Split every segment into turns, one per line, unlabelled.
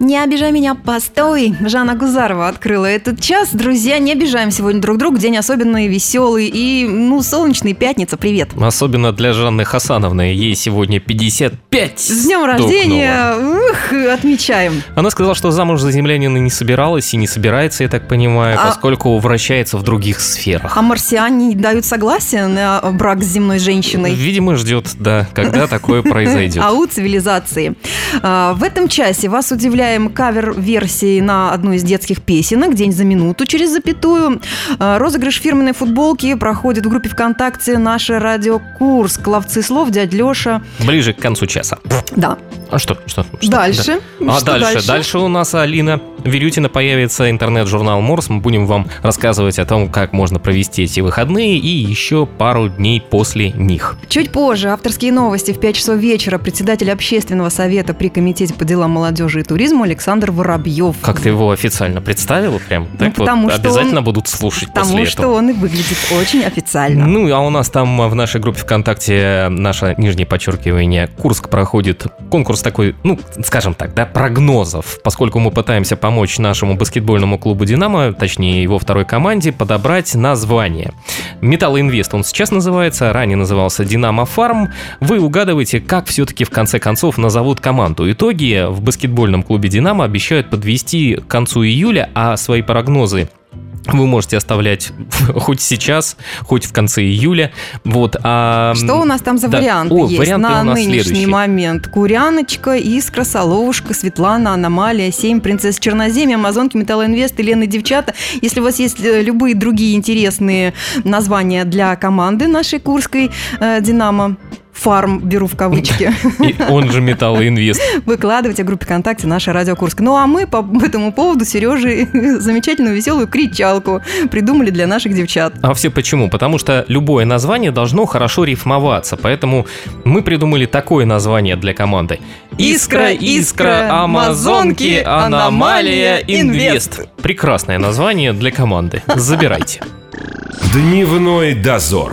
Не обижай меня, постой! Жанна Гузарова открыла этот час. Друзья, не обижаем сегодня друг друга. День особенный, веселый и, ну, солнечный. Пятница, привет!
Особенно для Жанны Хасановны. Ей сегодня 55.
С днем рождения! Ух, отмечаем.
Она сказала, что замуж за землянина не собиралась и не собирается, я так понимаю,
А-
поскольку вращается в других сферах.
А марсиане дают согласие на брак с земной женщиной? А
Видимо, ждет, да, когда такое произойдет.
Ау цивилизации. А, В этом часе вас удивляем кавер-версией на одну из детских песенок «День за минуту» через запятую. А, Розыгрыш фирменной футболки проходит в группе ВКонтакте «Наше радио Курск». Ловцы слов, дядь Леша.
Ближе к концу часа.
Да,
А что? Что? что? Да.
дальше.
А
Что
дальше? дальше? у нас Алина Верютина появится интернет-журнал Морс. Мы будем вам рассказывать о том, как можно провести эти выходные и еще пару дней после них.
Чуть позже авторские новости в 5 часов вечера председатель общественного совета при Комитете по делам молодежи и туризма Александр Воробьев.
Как ты его официально представила, прям так
Ну, потому
вот
что
обязательно
он-
будут слушать
Потому
после
что
этого.
он и выглядит очень официально.
Ну, а у нас там а, в нашей группе ВКонтакте э, наше нижнее подчеркивание Курск проходит конкурс такой, ну, скажем так, да, прогнозов, поскольку мы пытаемся помочь нашему баскетбольному клубу «Динамо», точнее его второй команде, подобрать название. «Металлоинвест» он сейчас называется, ранее назывался «Динамо Фарм». Вы угадываете, как все-таки в конце концов назовут команду. Итоги в баскетбольном клубе «Динамо» обещают подвести к концу июля, а свои прогнозы вы можете оставлять хоть сейчас, хоть в конце июля. Вот, а...
Что у нас там за
да.
варианты
О,
есть
варианты
на
у нас
нынешний
следующие.
момент? Куряночка, Искра, Соловушка, Светлана, Аномалия, Семь, Принцесса Черноземья, Амазонки, Металлоинвест и Лены Девчата. Если у вас есть э, любые другие интересные названия для команды нашей курской э, «Динамо», Фарм беру в кавычки.
И он же Металлоинвест.
выкладывайте в группе ВКонтакте «Наша Радио Курск». Ну а мы по этому поводу Сережи замечательную веселую кричалку придумали для наших девчат.
А все почему? Потому что любое название должно хорошо рифмоваться, поэтому мы придумали такое название для команды.
Искра, искра, амазонки, аномалия, инвест.
Прекрасное название для команды. Забирайте.
Дневной дозор.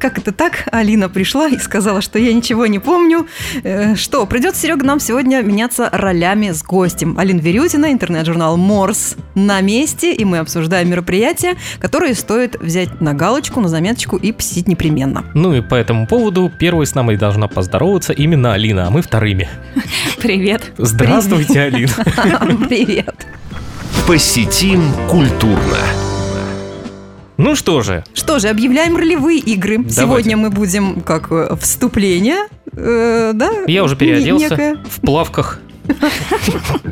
Как это так? Алина пришла и сказала, что я ничего не помню. Э, что, придет Серега нам сегодня меняться ролями с гостем. Алина Верютина, интернет-журнал «Морс» на месте, и мы обсуждаем мероприятия, которые стоит взять на галочку, на заметочку и посетить непременно.
Ну и по этому поводу первой с нами должна поздороваться именно Алина, а мы вторыми.
Привет.
Здравствуйте, Алина.
Привет!
Посетим культурно.
Ну что же,
Что же, объявляем ролевые игры.
Давайте.
Сегодня мы будем как э, вступление, э, да?
я уже переоделся
Некое.
в плавках.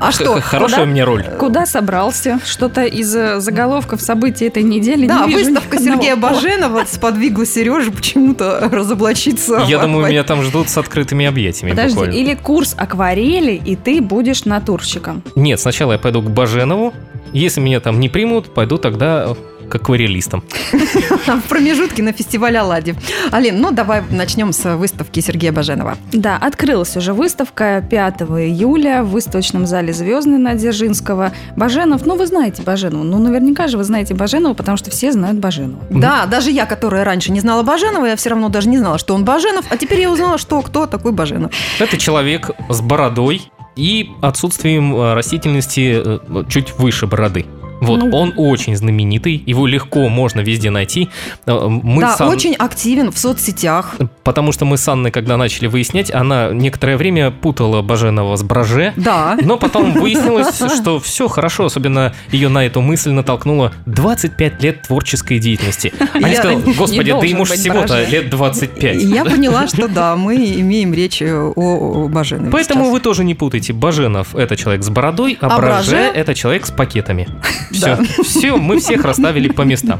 А что?
Хорошая у меня роль.
Куда собрался? Что-то из э, заголовков событий этой недели.
Да,
не вижу
выставка
ни одного.
Сергея Баженова сподвигла Сережу почему-то разоблачиться.
Я
в
думаю,
акваре-
меня там ждут с открытыми объятиями
Подожди,
буквально.
или курс акварели, и ты будешь натурщиком.
Нет, сначала я пойду к Баженову. Если меня там не примут, пойду тогда к акварелистам.
в промежутке на фестивале «Оладьи». Алин, ну давай начнем с выставки Сергея Баженова.
Да, открылась уже выставка 5 июля в выставочном зале «Звездный» на Дзержинского. Баженов, ну вы знаете Баженова, ну наверняка же вы знаете Баженова, потому что все знают Баженова.
Да, даже я, которая раньше не знала Баженова, я все равно даже не знала, что он Баженов, а теперь я узнала, что кто такой Баженов.
Это человек с бородой и отсутствием э, растительности э, чуть выше бороды. Вот,
Ну.
он очень знаменитый, его легко можно везде найти. Э, Мы
да,
с Ан-
очень активен в соцсетях.
Потому что мы с Анной, когда начали выяснять, она некоторое время путала Баженова с Браже,
Да.
но потом выяснилось, что все хорошо, особенно ее на эту мысль натолкнуло 25 лет творческой деятельности. Она
Я
сказала,
не
господи, да
должен
ему же
быть
всего-то
брожа».
лет 25.
Я поняла, что да, мы имеем речь э, о Баженове.
Поэтому
сейчас.
вы тоже не путайте. Баженов – это человек с бородой, а,
А
Браже
Браже?
– это человек с пакетами. Все, все, мы всех расставили по местам.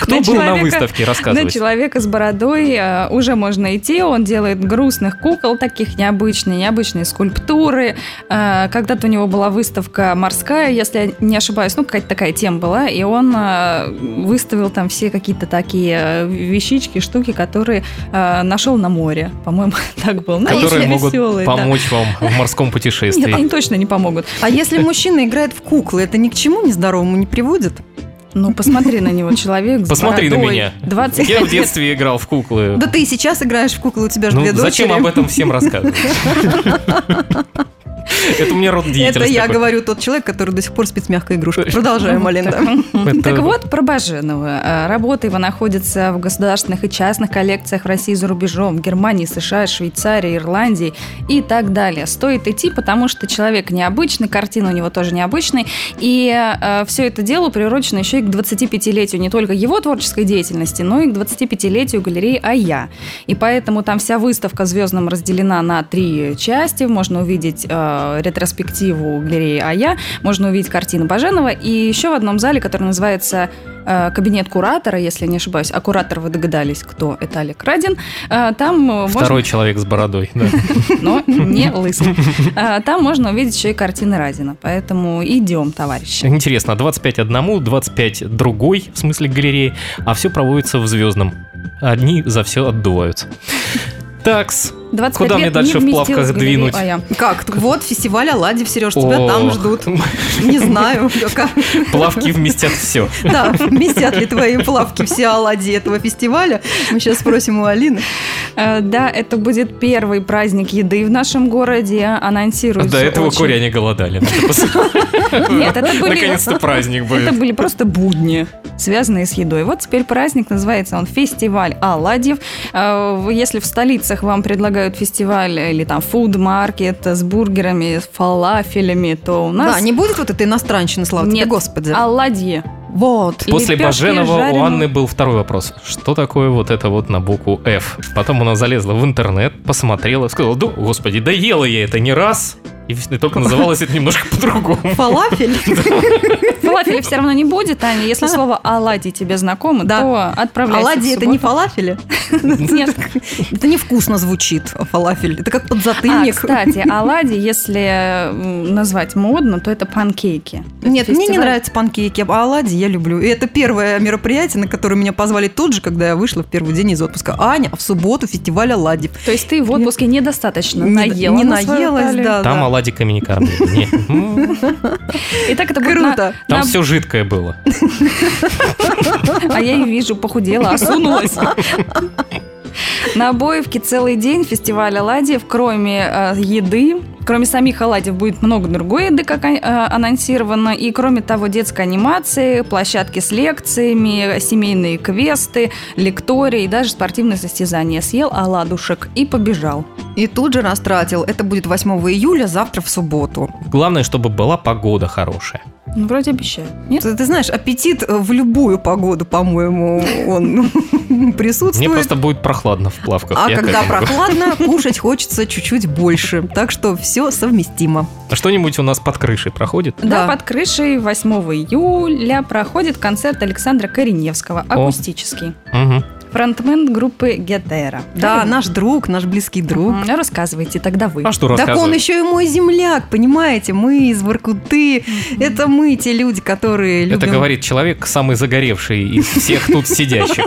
Кто
На
был на
человека-
выставке,
На
рассказывайте.
человека с бородой э, уже можно идти. Он делает грустных кукол, таких необычные, необычные скульптуры. Э, когда-то у него была выставка морская, если я не ошибаюсь, ну какая-то такая тема была, и он э, выставил там все какие-то такие э, вещички, штуки, которые э, нашел на море. По-моему, так было. Ну,
Которые
очень
могут
веселые, да.
помочь вам в морском
Нет,
путешествии.
они точно не помогут.
А если мужчина играет в куклы, это ни к чему нездоровому не приводит?
Ну, посмотри на него, человек с
Посмотри на
бородой,
меня.
25
Я в
лет.
детстве играл в куклы.
Да ты и сейчас играешь в куклы, у тебя же
Ну,
две дочери.
зачем об этом всем рассказывать? Это у меня род
Это
деятельности.
я
такой.
говорю тот человек, который до сих пор спит с мягкой игрушкой. Продолжаем, Алинда.
Это-
Так вот, про Баженова. Э, Работа его находится в государственных и частных коллекциях в России и за рубежом, в Германии, США, Швейцарии, Ирландии и так далее. Стоит идти, потому что человек необычный, картина у него тоже необычная, и все это дело приурочено еще и к 25-летию не только его творческой деятельности, но и к 25-летию галереи «Ая». И поэтому там вся выставка «Звездным» разделена на три части. Можно увидеть э, ретроспективу галереи «Ая», можно увидеть картины Баженова. И еще в одном зале, который называется э, «Кабинет куратора», если я не ошибаюсь, а куратор вы догадались, кто это Олег Радин, э, там э, можно
Второй человек с бородой. да.
но не лысый. А, Там можно увидеть еще и картины Разина. Поэтому идем, товарищи.
Интересно, 25 одному, 25 другой, в смысле галереи, а все проводится в звездном. Одни за все отдуваются. Такс.
25
Куда мне
лет
дальше
не
в
вместилась
плавках
галерея
двинуть?
«Ая».
Как? Так Вот фестиваль оладьев, Сереж, тебя там
Ох,
ждут. Не знаю. как-
Плавки вместят все.
Да, вместят ли твои плавки все оладьи этого фестиваля? Мы сейчас спросим у Алины.
Э, Да, это будет первый праздник еды в нашем городе. Анонсируется
До этого
очень-
куря не голодали. надо посмотреть.
Нет, это были...
Наконец-то праздник
Это
будет.
были просто будни, связанные с едой. Вот теперь праздник называется он фестиваль оладьев. Э, вы- Если в столицах вам предлагают фестиваль э, или там фуд-маркет с бургерами, с фалафелями, то у нас
Да, не будет вот этой иностранщины, слава тебе,
Нет. А
господи.
оладьи.
Вот.
И
После
лепешки
Баженова у
жареного.
Анны был второй вопрос. Что такое вот это вот на букву F? Потом она залезла в интернет, посмотрела, сказала, «Да, господи, да ела я это не раз. И в- и только называлось это немножко по-другому.
Фалафель?
Фалафеля все равно не будет, Аня. Если слово «оладьи» тебе знакомо,
Да.
то отправляйся
Оладьи
в
это не
субботу.
фалафели?
Нет.
Это невкусно звучит, фалафель. Это как
А,
подзатыльник.
кстати, оладьи, если м, назвать модно, то это панкейки.
Нет, мне не
Фестиваль.
нравятся панкейки, а оладьи я люблю. И это первое мероприятие, на которое меня позвали тут же, когда я вышла в первый день из отпуска. Аня, а в субботу фестиваль оладьев.
То есть ты в отпуске недостаточно
Не-
наела.
не
на свою
наелась,
талию.
да.
Там оладиками не кормили. Не. М,
Итак, это будет на-
Круто.
Там
на-
все жидкое было.
А я ее вижу, похудела, осунулась. На Обоевке целый день фестиваль оладьев, кроме э, еды, кроме самих оладьев будет много другой еды, как э, анонсировано, и кроме того детской анимации, площадки с лекциями, семейные квесты, лектории и даже спортивные состязания. Съел оладушек и побежал.
И тут же растратил. Это будет 8 июля, завтра в субботу.
Главное, чтобы была погода хорошая.
Ну, вроде обещаю. Нет?
Ты, ты знаешь, аппетит э, в любую погоду, по-моему, он
Мне
присутствует.
просто будет прохладно в плавках.
А
я к
когда
этому говорю.
прохладно, кушать хочется чуть-чуть больше. Так что все совместимо.
А Что-нибудь у нас под крышей проходит?
Да.
Да. под крышей 8 июля проходит концерт Александра Кореневского,
О.
акустический.
Мгм.
Фронтмен группы Гетера.
Да, наш друг, наш близкий друг.
Мгм. Рассказывайте, тогда вы.
А что
Так он
рассказывать?
еще и мой земляк, понимаете? Мы из Воркуты. Это мы те люди, которые любят.
Это говорит человек, самый загоревший из всех тут сидящих.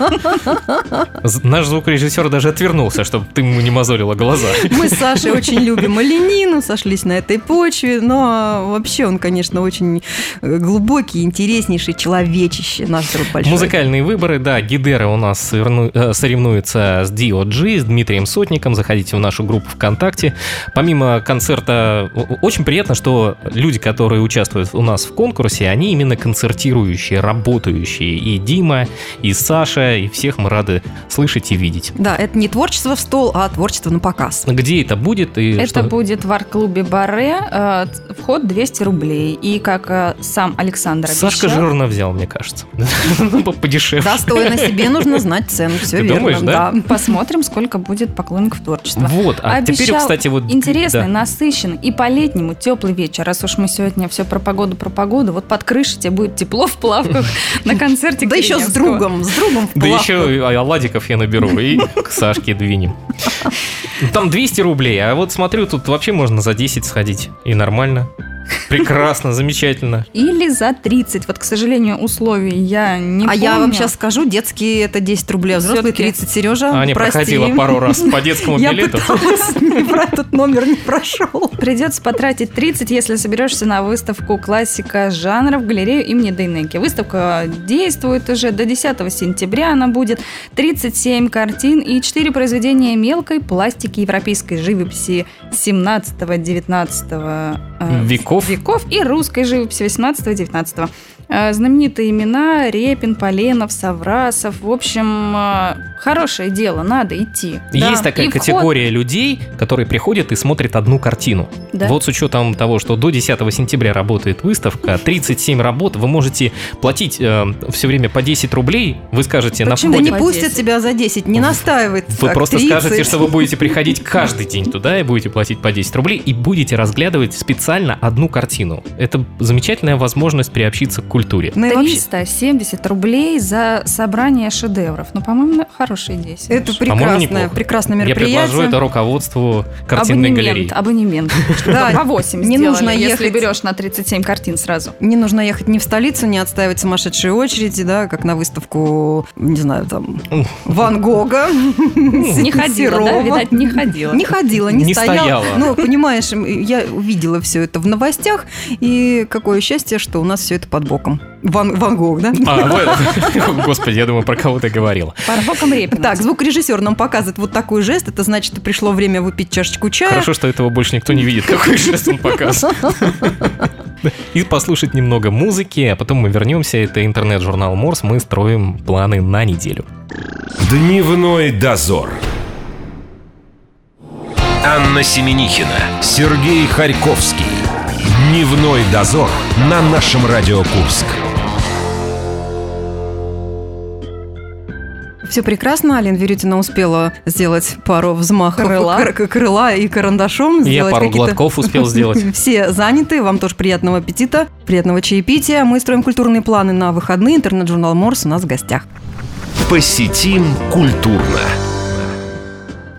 З- Наш звукорежиссер даже отвернулся, чтобы ты ему не мозолила глаза.
Мы с Сашей очень любим Оленину, сошлись на этой почве, но вообще он, конечно, очень э, глубокий, интереснейший человечище, наш друг большой.
Музыкальные выборы, да, Гидеры у нас соревну- э, соревнуются с DOG, с Дмитрием Сотником. Заходите в нашу группу ВКонтакте. Помимо концерта, о- о- очень приятно, что люди, которые участвуют у нас в конкурсе, они именно концертирующие, работающие. И Дима, и Саша, и всех мы рады слышать и видеть.
Да, это не творчество в стол, а творчество на показ.
Где это будет и
Это
что-
будет в арт-клубе Баре. э, ц- Вход 200 рублей. И как э, сам Александр
Сашка
обещал-
жирно взял, мне кажется. Ну, по- Подешевле.
Достойно себе нужно знать работаем. Все
Ты
верно.
думаешь, да?
Посмотрим, сколько будет поклонников творчества.
Вот, а теперь,
Обещал
кстати, вот...
интересный,
да.
насыщенный и по-летнему теплый вечер. Раз уж мы сегодня все про погоду, про погоду, вот под крышей тебе будет тепло в плавках на концерте
Да еще с
Кореневского.
другом, с другом в
Да
плавку.
еще и оладиков я наберу и к Сашке двинем. Ну, Там 200 рублей, а вот смотрю, тут вообще можно за 10 сходить. И нормально. Прекрасно, замечательно.
Или за 30. Вот, к сожалению, условий я не
А я вам
помню.
сейчас скажу, детские это 10 рублей, а взрослые
Всё-таки.
30. Сережа,
Аня
прости.
А, проходила пару раз по детскому
Я
билету.
пыталась, не про этот номер не прошел.
Придется потратить 30, если соберешься на выставку классика жанра в галерею имени Дейнеки. Выставка действует уже до 10 сентября. Она будет 37 картин и 4 произведения мелкой пластики европейской живописи 17-19 э,
Веков.
веков и русской живописи 18-19. Э, Знаменитые имена Репин, Поленов, Саврасов. В общем, э, хорошее дело, надо идти.
Есть
Да.
такая
И вход-
категория людей, которые приходят и смотрят одну картину.
Да.
Вот с учетом того, что до 10 сентября работает выставка, 37 работ, вы можете платить все время по 10 рублей, вы скажете на
Почему?
Да
входе-
не
По
пустят
10.
тебя за 10, не настаивает.
Вы
так,
просто
30.
скажете, что вы будете приходить каждый день туда и будете платить по 10 рублей и будете разглядывать специально одну картину. Это замечательная возможность приобщиться к культуре. А
Ну и вообще,
370 рублей за собрание шедевров. Ну, по-моему, хорошая идея. Сереж.
это
По-моему,
прекрасное,
неплохо.
прекрасное
Я
мероприятие.
предложу это руководству картинной
абонемент,
галереи.
абонемент. Чтобы
Да,
по 8
не
сделали,
нужно
если
ехать.
берешь на 37 картин сразу.
Не нужно ехать ни в столицу, не отстаивать сумасшедшие очереди, да, как на выставку, не знаю, там,
Ух.
Ван Гога.
Не ходила, да?
Серова.
Видать, не ходила.
Не ходила, не,
Не
стояла.
стояла.
Ну, понимаешь, м, я увидела все это в новостях, и какое счастье, что у нас все это под боком. Ван, Ван Гог, да?
А, вот. Господи, я думаю, про кого ты говорила.
Под боком Репина.
Так, звукорежиссер нам показывает вот такой жест. Это значит, что пришло время выпить чашечку чая.
Хорошо, что этого больше никто не видит, какой жест он показывает. И послушать немного музыки, а потом мы вернемся. Это интернет-журнал Морс. Мы строим планы на неделю.
Дневной дозор. Анна Семенихина, Сергей Харьковский. Дневной дозор на нашем Радио Курск.
Все прекрасно. Алин Верютина успела сделать пару взмахов
Крыла.
кр- к- крыла и карандашом.
Я
сделать
пару
какие-то-
глотков успел сделать.
Все заняты. Вам тоже приятного аппетита, приятного чаепития. Мы строим культурные планы на выходные. Интернет-журнал Морс у нас в гостях.
Посетим культурно.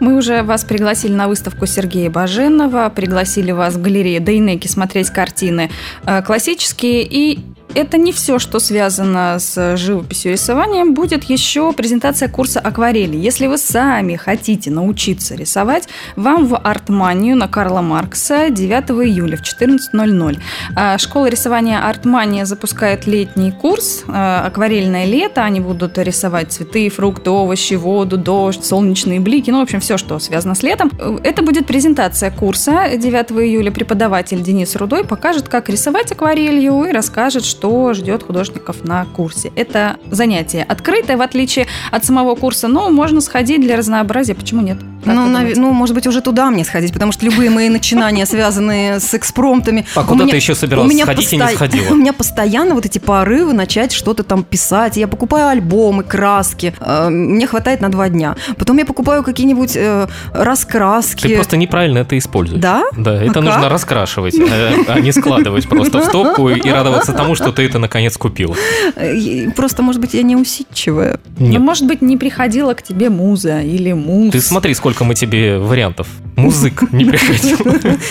Мы уже вас пригласили на выставку Сергея Баженова, пригласили вас в галерею Дейнеки смотреть картины э, классические и это не все, что связано с живописью и рисованием. Будет еще презентация курса акварели. Если вы сами хотите научиться рисовать, вам в Артманию на Карла Маркса 9 июля в 14.00. А, Школа рисования Артмания запускает летний курс э, «Акварельное лето». Они будут рисовать цветы, фрукты, овощи, воду, дождь, солнечные блики. Ну, в общем, все, что связано с летом. Э, Это будет презентация курса. 9 июля преподаватель Денис Рудой покажет, как рисовать акварелью и расскажет, что ждет художников на курсе. Это занятие открытое, в отличие от самого курса, но можно сходить для разнообразия. Почему нет? Как
Ну,
вы
нав-
думаете?
ну, может быть, уже туда мне сходить, потому что любые мои начинания, связанные с экспромтами...
А
у
куда
меня-
ты еще собиралась сходить и не
посто- У
сходила?
меня постоянно вот эти порывы начать что-то там писать. Я покупаю альбомы, краски. э, Мне хватает на два дня. Потом я покупаю какие-нибудь э, раскраски.
Ты просто неправильно это используешь.
Да?
Да,
А
это нужно
как?
раскрашивать, э, а не складывать просто в стопку и радоваться тому, что ты это наконец купила.
Э, и Просто, может быть, я не усидчивая.
Ну,
Нет.
может быть, не приходила к тебе муза или
Ну,
муз.
Ты смотри, сколько мы тебе вариантов. Музык не приходил.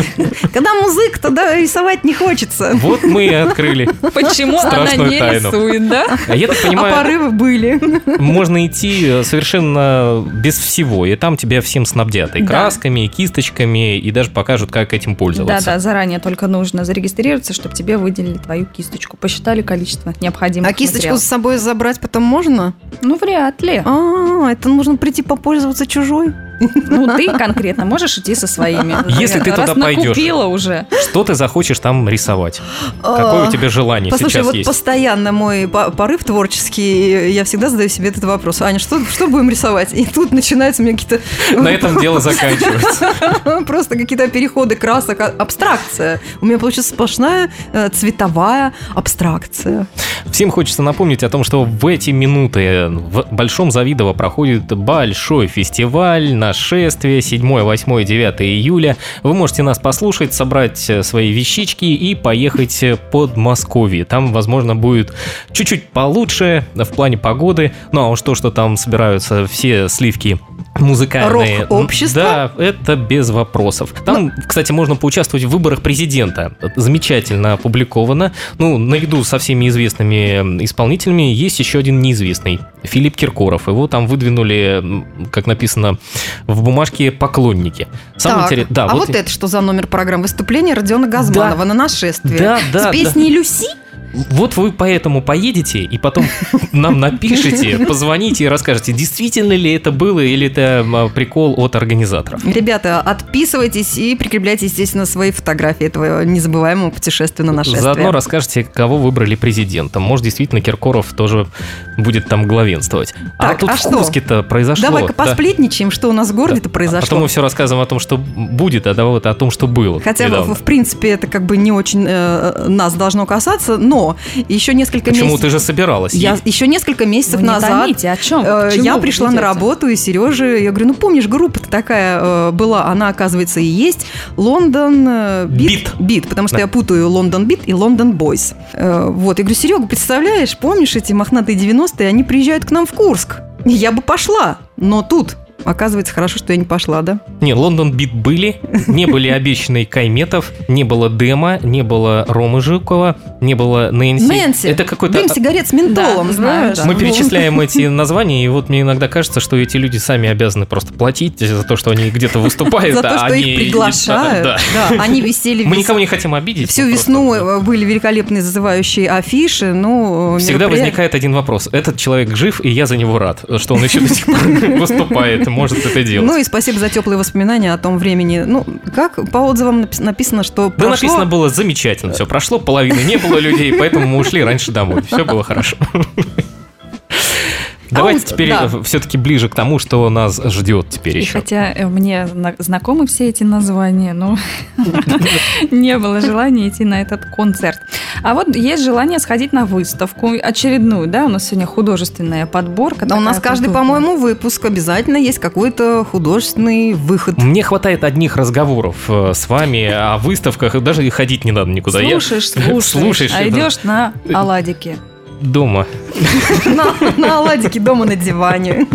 Когда музык, тогда рисовать не хочется.
Вот мы и открыли.
Почему она
Страшную
не
тайну.
рисует, да?
А я так
А
понимаю,
порывы были.
можно идти э, совершенно без всего, и там тебя всем снабдят и
Да.
красками, и кисточками, и даже покажут, как этим
Да,
пользоваться.
да, заранее только нужно зарегистрироваться, чтобы тебе выделили твою кисточку. Посчитали количество необходимых
А кисточку с
материалов.
собой забрать потом можно?
Ну, вряд ли.
А, это нужно прийти попользоваться чужой.
Ну, ты конкретно можешь идти со своими.
Если ты
Раз
туда пойдешь.
накупила уже.
Что ты захочешь там рисовать?
А.
Какое у тебя желание
Послушай,
сейчас
вот
есть?
постоянно мой по- порыв творческий, и я всегда задаю себе этот вопрос. Аня, что, что будем рисовать? И тут начинаются у меня какие-то...
На этом дело заканчивается.
Просто какие-то переходы красок, а- абстракция. У меня получилась сплошная э, цветовая абстракция.
Всем хочется напомнить о том, что в эти минуты э, в Большом Завидово проходит большой фестиваль, нашествие 7, 8, 9 июля. Вы можете нас послушать, собрать э, свои вещички и поехать э, в Подмосковье. Там, возможно, будет чуть-чуть получше в плане погоды. Ну а уж то, что там собираются все сливки музыкальные.
Рок-общество?
Да, а, Это без вопросов. Там, кстати, можно поучаствовать в выборах президента. Замечательно опубликовано. Ну, наряду со всеми известными исполнителями есть еще один неизвестный. Филипп Киркоров. Его там выдвинули, м, как написано в бумажке, поклонники. Самое
Так,
интерес- Да,
а вот, это что за номер программы? Выступление Родиона Газманова на нашествии.
Да, да,
С песней Люси?
Вот вы поэтому поедете и потом нам напишите, позвоните и расскажете, действительно ли это было или это м, прикол от организаторов.
Ребята, отписывайтесь и прикрепляйте, естественно, свои фотографии этого незабываемого путешествия на нашествие.
Заодно расскажете, кого выбрали президентом. Может, действительно, Киркоров тоже будет там главенствовать. а
Так,
тут
а
в
что?
Курске-то произошло.
Давай-ка
да.
посплетничаем, что у нас в городе-то
А
произошло.
Потом мы все рассказываем о том, что будет, а да, вот о том, что было.
Хотя,
недавно.
в, в принципе, это как бы не очень э, нас должно касаться, но еще несколько
Почему
месяцев...
ты же собиралась?
Я,
И-
еще несколько месяцев
Вы Ну, не
назад
томите, о чем?
э,
К чему
я
вы
пришла на
ведете?
работу, и Сережа, я говорю, ну помнишь, группа такая э, была, она, оказывается, и есть. Лондон э,
Бит.
бит. Бит, потому что
Да.
я путаю Лондон бит и Лондон бойс. Э, вот, я говорю, Серега, представляешь, помнишь эти мохнатые 90-е, они приезжают к нам в Курск. Я бы пошла, но тут... Оказывается, хорошо, что я не пошла, да?
Не, Лондон Бит были, не были обещанные Кайметов, не было Дема, не было Ромы Жукова, не было Нэнси.
Нэнси,
Это какой-то...
дым сигарет с ментолом,
Да, знаю,
знаешь?
да.
Мы
Ну,
перечисляем эти названия, и вот мне иногда кажется, что эти люди сами обязаны просто платить за то, что они где-то выступают.
За то,
а
что
они-
их приглашают.
Да.
Да, Они висели
Мы
весь-
никого не хотим обидеть.
всю
мы
весну
просто-
э, были великолепные зазывающие афиши. Ну, э,
Всегда
мероприятия.
возникает один вопрос. Этот человек жив, и я за него рад, что он еще до сих пор выступает и может это делать.
Ну и спасибо за теплые воспоминания о том времени. Ну, как по отзывам напис- написано, что
Да
прошло...
написано было замечательно, все прошло, половины не было людей, поэтому мы ушли раньше домой. Все было хорошо. Давайте
вот,
теперь
А да.
все-таки ближе к тому, что нас ждет теперь
И
еще.
хотя э, мне зна- знакомы все эти названия, но не было желания идти на этот концерт. А вот есть желание сходить на выставку очередную, да, у нас сегодня художественная подборка.
Да а у нас
такая
каждый,
культурная.
по-моему, выпуск обязательно есть какой-то художественный выход.
Мне хватает одних разговоров э, с вами о выставках, и даже и ходить не надо никуда. Я
Слушаешь, слушаешь,
Слушаешь,
а
это-
идешь на оладики.
дома.
На, на оладике дома на диване.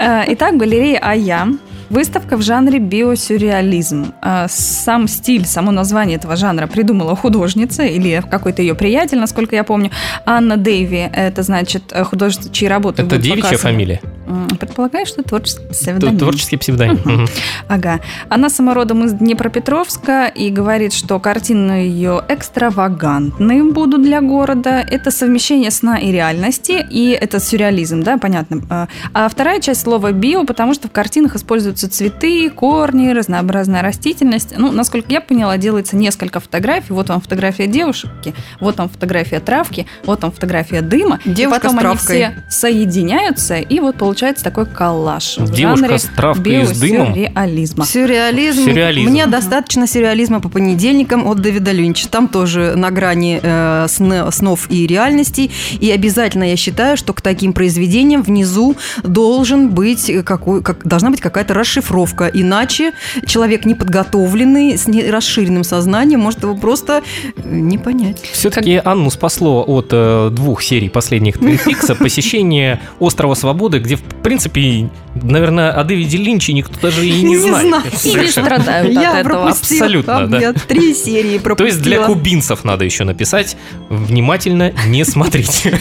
Э, Итак, галерея «Ая». Выставка в жанре биосюрреализм. Э, Сам стиль, само название этого жанра придумала художница или какой-то ее приятель, насколько я помню, Анна Дэйви. Это значит э, художница, чьи работы
Это
будут
девичья
показаны.
фамилия?
М, Предполагаю, что творческий
Т-
псевдоним.
Творческий псевдоним. Мгм.
Ага. Она сама родом из Днепропетровска и говорит, что картины ее экстравагантные будут для города. Это совмещение сна и реальности, и это сюрреализм, да, понятно. А- А вторая часть слова «био», потому что в картинах используются цветы, корни, разнообразная растительность. Ну, насколько я поняла, делается несколько фотографий. Вот вам фотография девушки, вот вам фотография травки, вот вам фотография дыма.
Девушка
и потом
с травкой.
они все соединяются, и вот получается такой коллаж в
Девушка
жанре
с травкой и с дымом.
биосюрреализма.
Сюрреализм.
Сюрреализм.
Мне достаточно сюрреализма по понедельникам от Давида Линча. Там тоже на грани э, сны- снов и реальностей. И обязательно я считаю, что к таким произведениям внизу должен быть э, какой, как, должна быть какая-то расшифровка. Иначе человек неподготовленный, с не- расширенным сознанием, может его просто э, не понять.
Все-таки Анну спасло от э, двух серий последних Твин Пикса посещение Острова Свободы, где, в принципе, наверное, о Дэвиде Линче никто даже и не
Не
знает.
знаю.
И не
Совершенно.
страдают
я
от этого.
пропустила.
абсолютно,
Там
да.
Я три серии пропустила.
То есть для кубинцев надо еще написать «Внимательно не смотрите».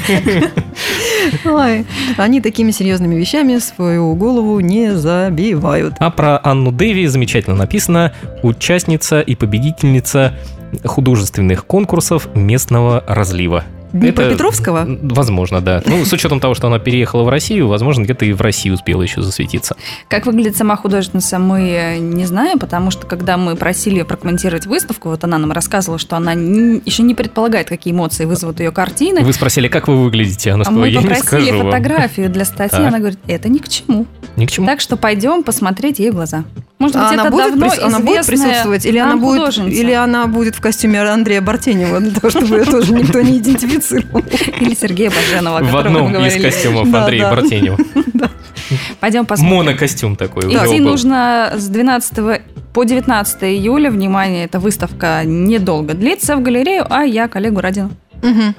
Ой, Они такими серьезными вещами свою голову не забивают.
А про Анну Дэви замечательно написано «Участница и победительница художественных конкурсов местного разлива».
Днепропетровского?
Это, возможно, да. Ну, с учетом того, что она переехала в Россию, возможно, где-то и в России успела еще засветиться.
Как выглядит сама художница, мы э, не знаем, потому что когда мы просили ее прокомментировать выставку, вот она нам рассказывала, что она не- еще не предполагает, какие эмоции вызовут ее картины.
Вы спросили, как вы выглядите? Она
А
сказала,
мы
я не
попросили
скажу вам.
фотографию для статьи,
Так.
она говорит, это ни к чему.
Ни к чему.
Так что пойдем посмотреть ей в глаза. Может быть,
А
это
она будет,
давно
прис- она будет
известная
присутствовать? Или
нам
она будет,
художница.
или она будет в костюме Андрея Бартенева, для того, чтобы ее тоже никто не идентифицировал?
Или Сергея Баженова, о
В
котором мы
одном из
говорили.
костюмов
Да,
Андрея
да.
Бартенева.
Пойдем посмотрим.
Монокостюм такой. у него
Идти
был.
нужно с 12 по 19 июля. Внимание, эта выставка недолго длится в галерею, а я коллегу Родину.
Мгм.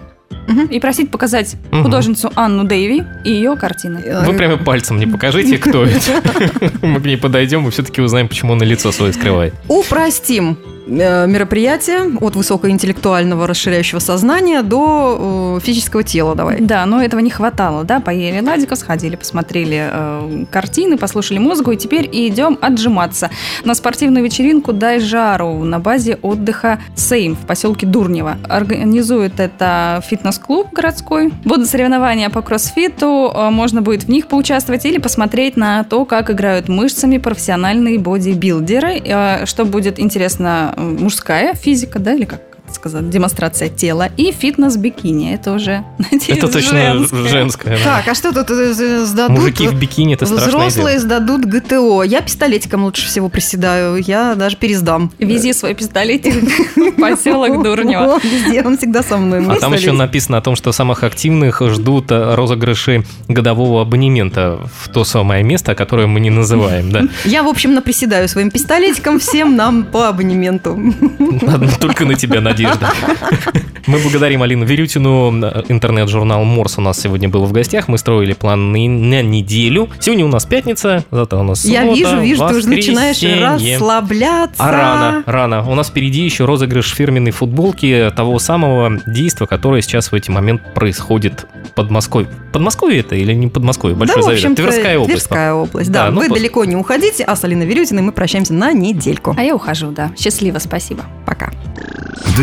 Мгм.
И просить показать
Мгм.
художницу Анну Дэйви и ее картины.
Э,
Вы прямо пальцем не покажите, кто это. Мы к ней подойдем и все-таки узнаем, почему она лицо свое скрывает.
Э, Упростим э, мероприятие от высокоинтеллектуального расширяющего сознания до э, физического тела. Давай.
Да, но этого не хватало, да, поели ладиков, сходили, посмотрели э, картины, послушали музыку, и теперь идем отжиматься на спортивную вечеринку «Дай жару» на базе отдыха «Сейм» в поселке Дурнево. Организует это фитнес-клуб городской. Будут соревнования по кроссфиту, э, можно будет в них поучаствовать или посмотреть на то, как играют мышцами профессиональные бодибилдеры, э, что будет интересно, э, мужская физика, да, или как это сказать, демонстрация тела и фитнес-бикини. Это уже, надеюсь,
Это точно
женское.
женское. да.
Так, а что тут э, э, сдадут?
Мужики в бикини, это страшное
Взрослые
дело.
сдадут ГТО. Я пистолетиком лучше всего приседаю. Я даже пересдам.
Вези свой пистолетик в Ну, поселок Дурнева.
О, Везде, он всегда со мной.
А
Мой
там еще
солист.
написано о том, что самых активных ждут э, розыгрыши годового абонемента в то самое место, которое мы не называем, да.
Я, в общем, наприседаю своим пистолетиком всем нам по абонементу.
Одна Только на тебя надежда. Мы благодарим Алину Верютину. Интернет-журнал Морс у нас сегодня был в гостях. Мы строили план на- на неделю. Сегодня у нас пятница, зато у нас
Я
суббота,
вижу, вижу, ты уже начинаешь
воскресенье.
расслабляться.
А рано, рано. У нас впереди еще розыгрыш фирменной футболки того самого действа, которое сейчас в эти момент происходит в Подмосковье. Подмосковье это или не Подмосковье? Большой
да, в
завет.
общем-то,
Тверская область.
Тверская область, да.
Да, ну,
Вы
пос-
далеко не уходите, а с Алиной Верютиной мы прощаемся на недельку.
А я ухожу, да. Счастливо, спасибо.
Пока.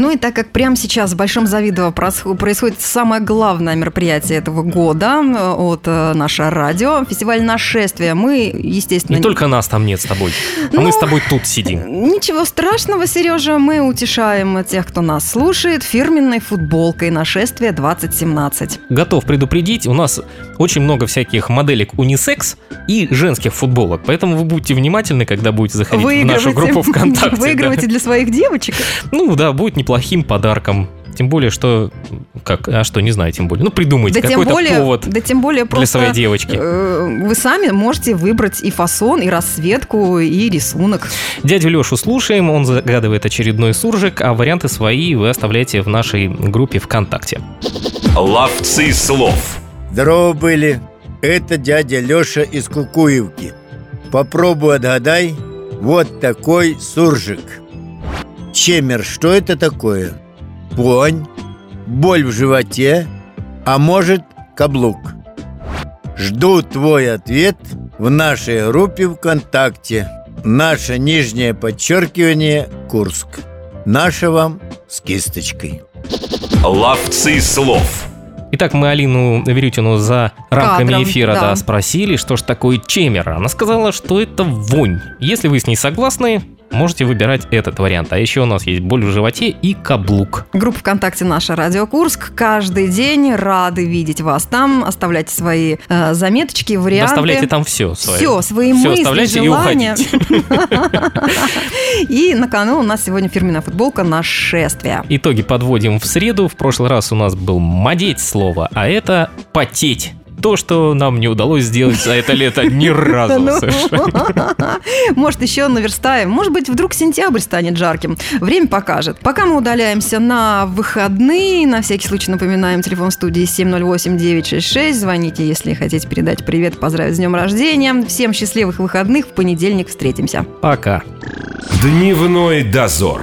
Ну и так как прямо сейчас в Большом Завидово происход- происходит самое главное мероприятие этого года э, от э, наше радио, фестиваль нашествия, мы, естественно...
Не только нас там нет с тобой. А мы
Ну,
с тобой тут сидим.
Ничего страшного, Сережа, мы утешаем тех, кто нас слушает, фирменной футболкой «Нашествие 2017».
Готов предупредить, у нас очень много всяких моделек унисекс и женских футболок. Поэтому вы будете внимательны, когда будете заходить в нашу группу ВКонтакте. да.
выигрывайте для своих девочек.
Ну да, будет неплохим подарком. Тем более, что... Как? А что, не знаю, тем более. Ну, придумайте
да, тем
какой-то
более,
повод
да тем более
для
просто
своей девочки.
э, вы сами можете выбрать и фасон, и расцветку, и рисунок.
Дядю Лешу слушаем, он загадывает очередной суржик, а варианты свои вы оставляете в нашей группе ВКонтакте.
Ловцы слов.
Здорово были. Это дядя Леша из Кукуевки. Попробуй отгадай. Вот такой суржик. Чемер, что это такое? Вонь, боль в животе, а может каблук. Жду твой ответ в нашей группе ВКонтакте. Наше нижнее подчеркивание Курск. Наше вам с кисточкой.
Ловцы слов.
Итак, мы Алину Верютину за рамками
Кадром,
эфира
да.
да, спросили, что ж такое чемер. Она сказала, что это вонь. Если вы с ней согласны, можете выбирать этот вариант. А еще у нас есть боль в животе и каблук.
Группа ВКонтакте «Наша Радио Курск». Каждый день рады видеть вас там. Оставляйте свои э, заметочки, варианты.
Доставляйте там все свое.
Все, свои
Всё
мысли,
оставляйте и
желания. И на кону у нас сегодня фирменная футболка «Нашествие».
Итоги подводим в среду. В прошлый раз у нас был «мадеть» слово, а это «потеть». То, что нам не удалось сделать за это лето ни разу
Ну,
совершенно.
Может, еще наверстаем. Может быть, вдруг сентябрь станет жарким. Время покажет. Пока мы удаляемся на выходные, на всякий случай напоминаем телефон студии 708-966. Звоните, если хотите передать привет, поздравить с днем рождения. Всем счастливых выходных. В понедельник встретимся.
Пока.
Дневной дозор.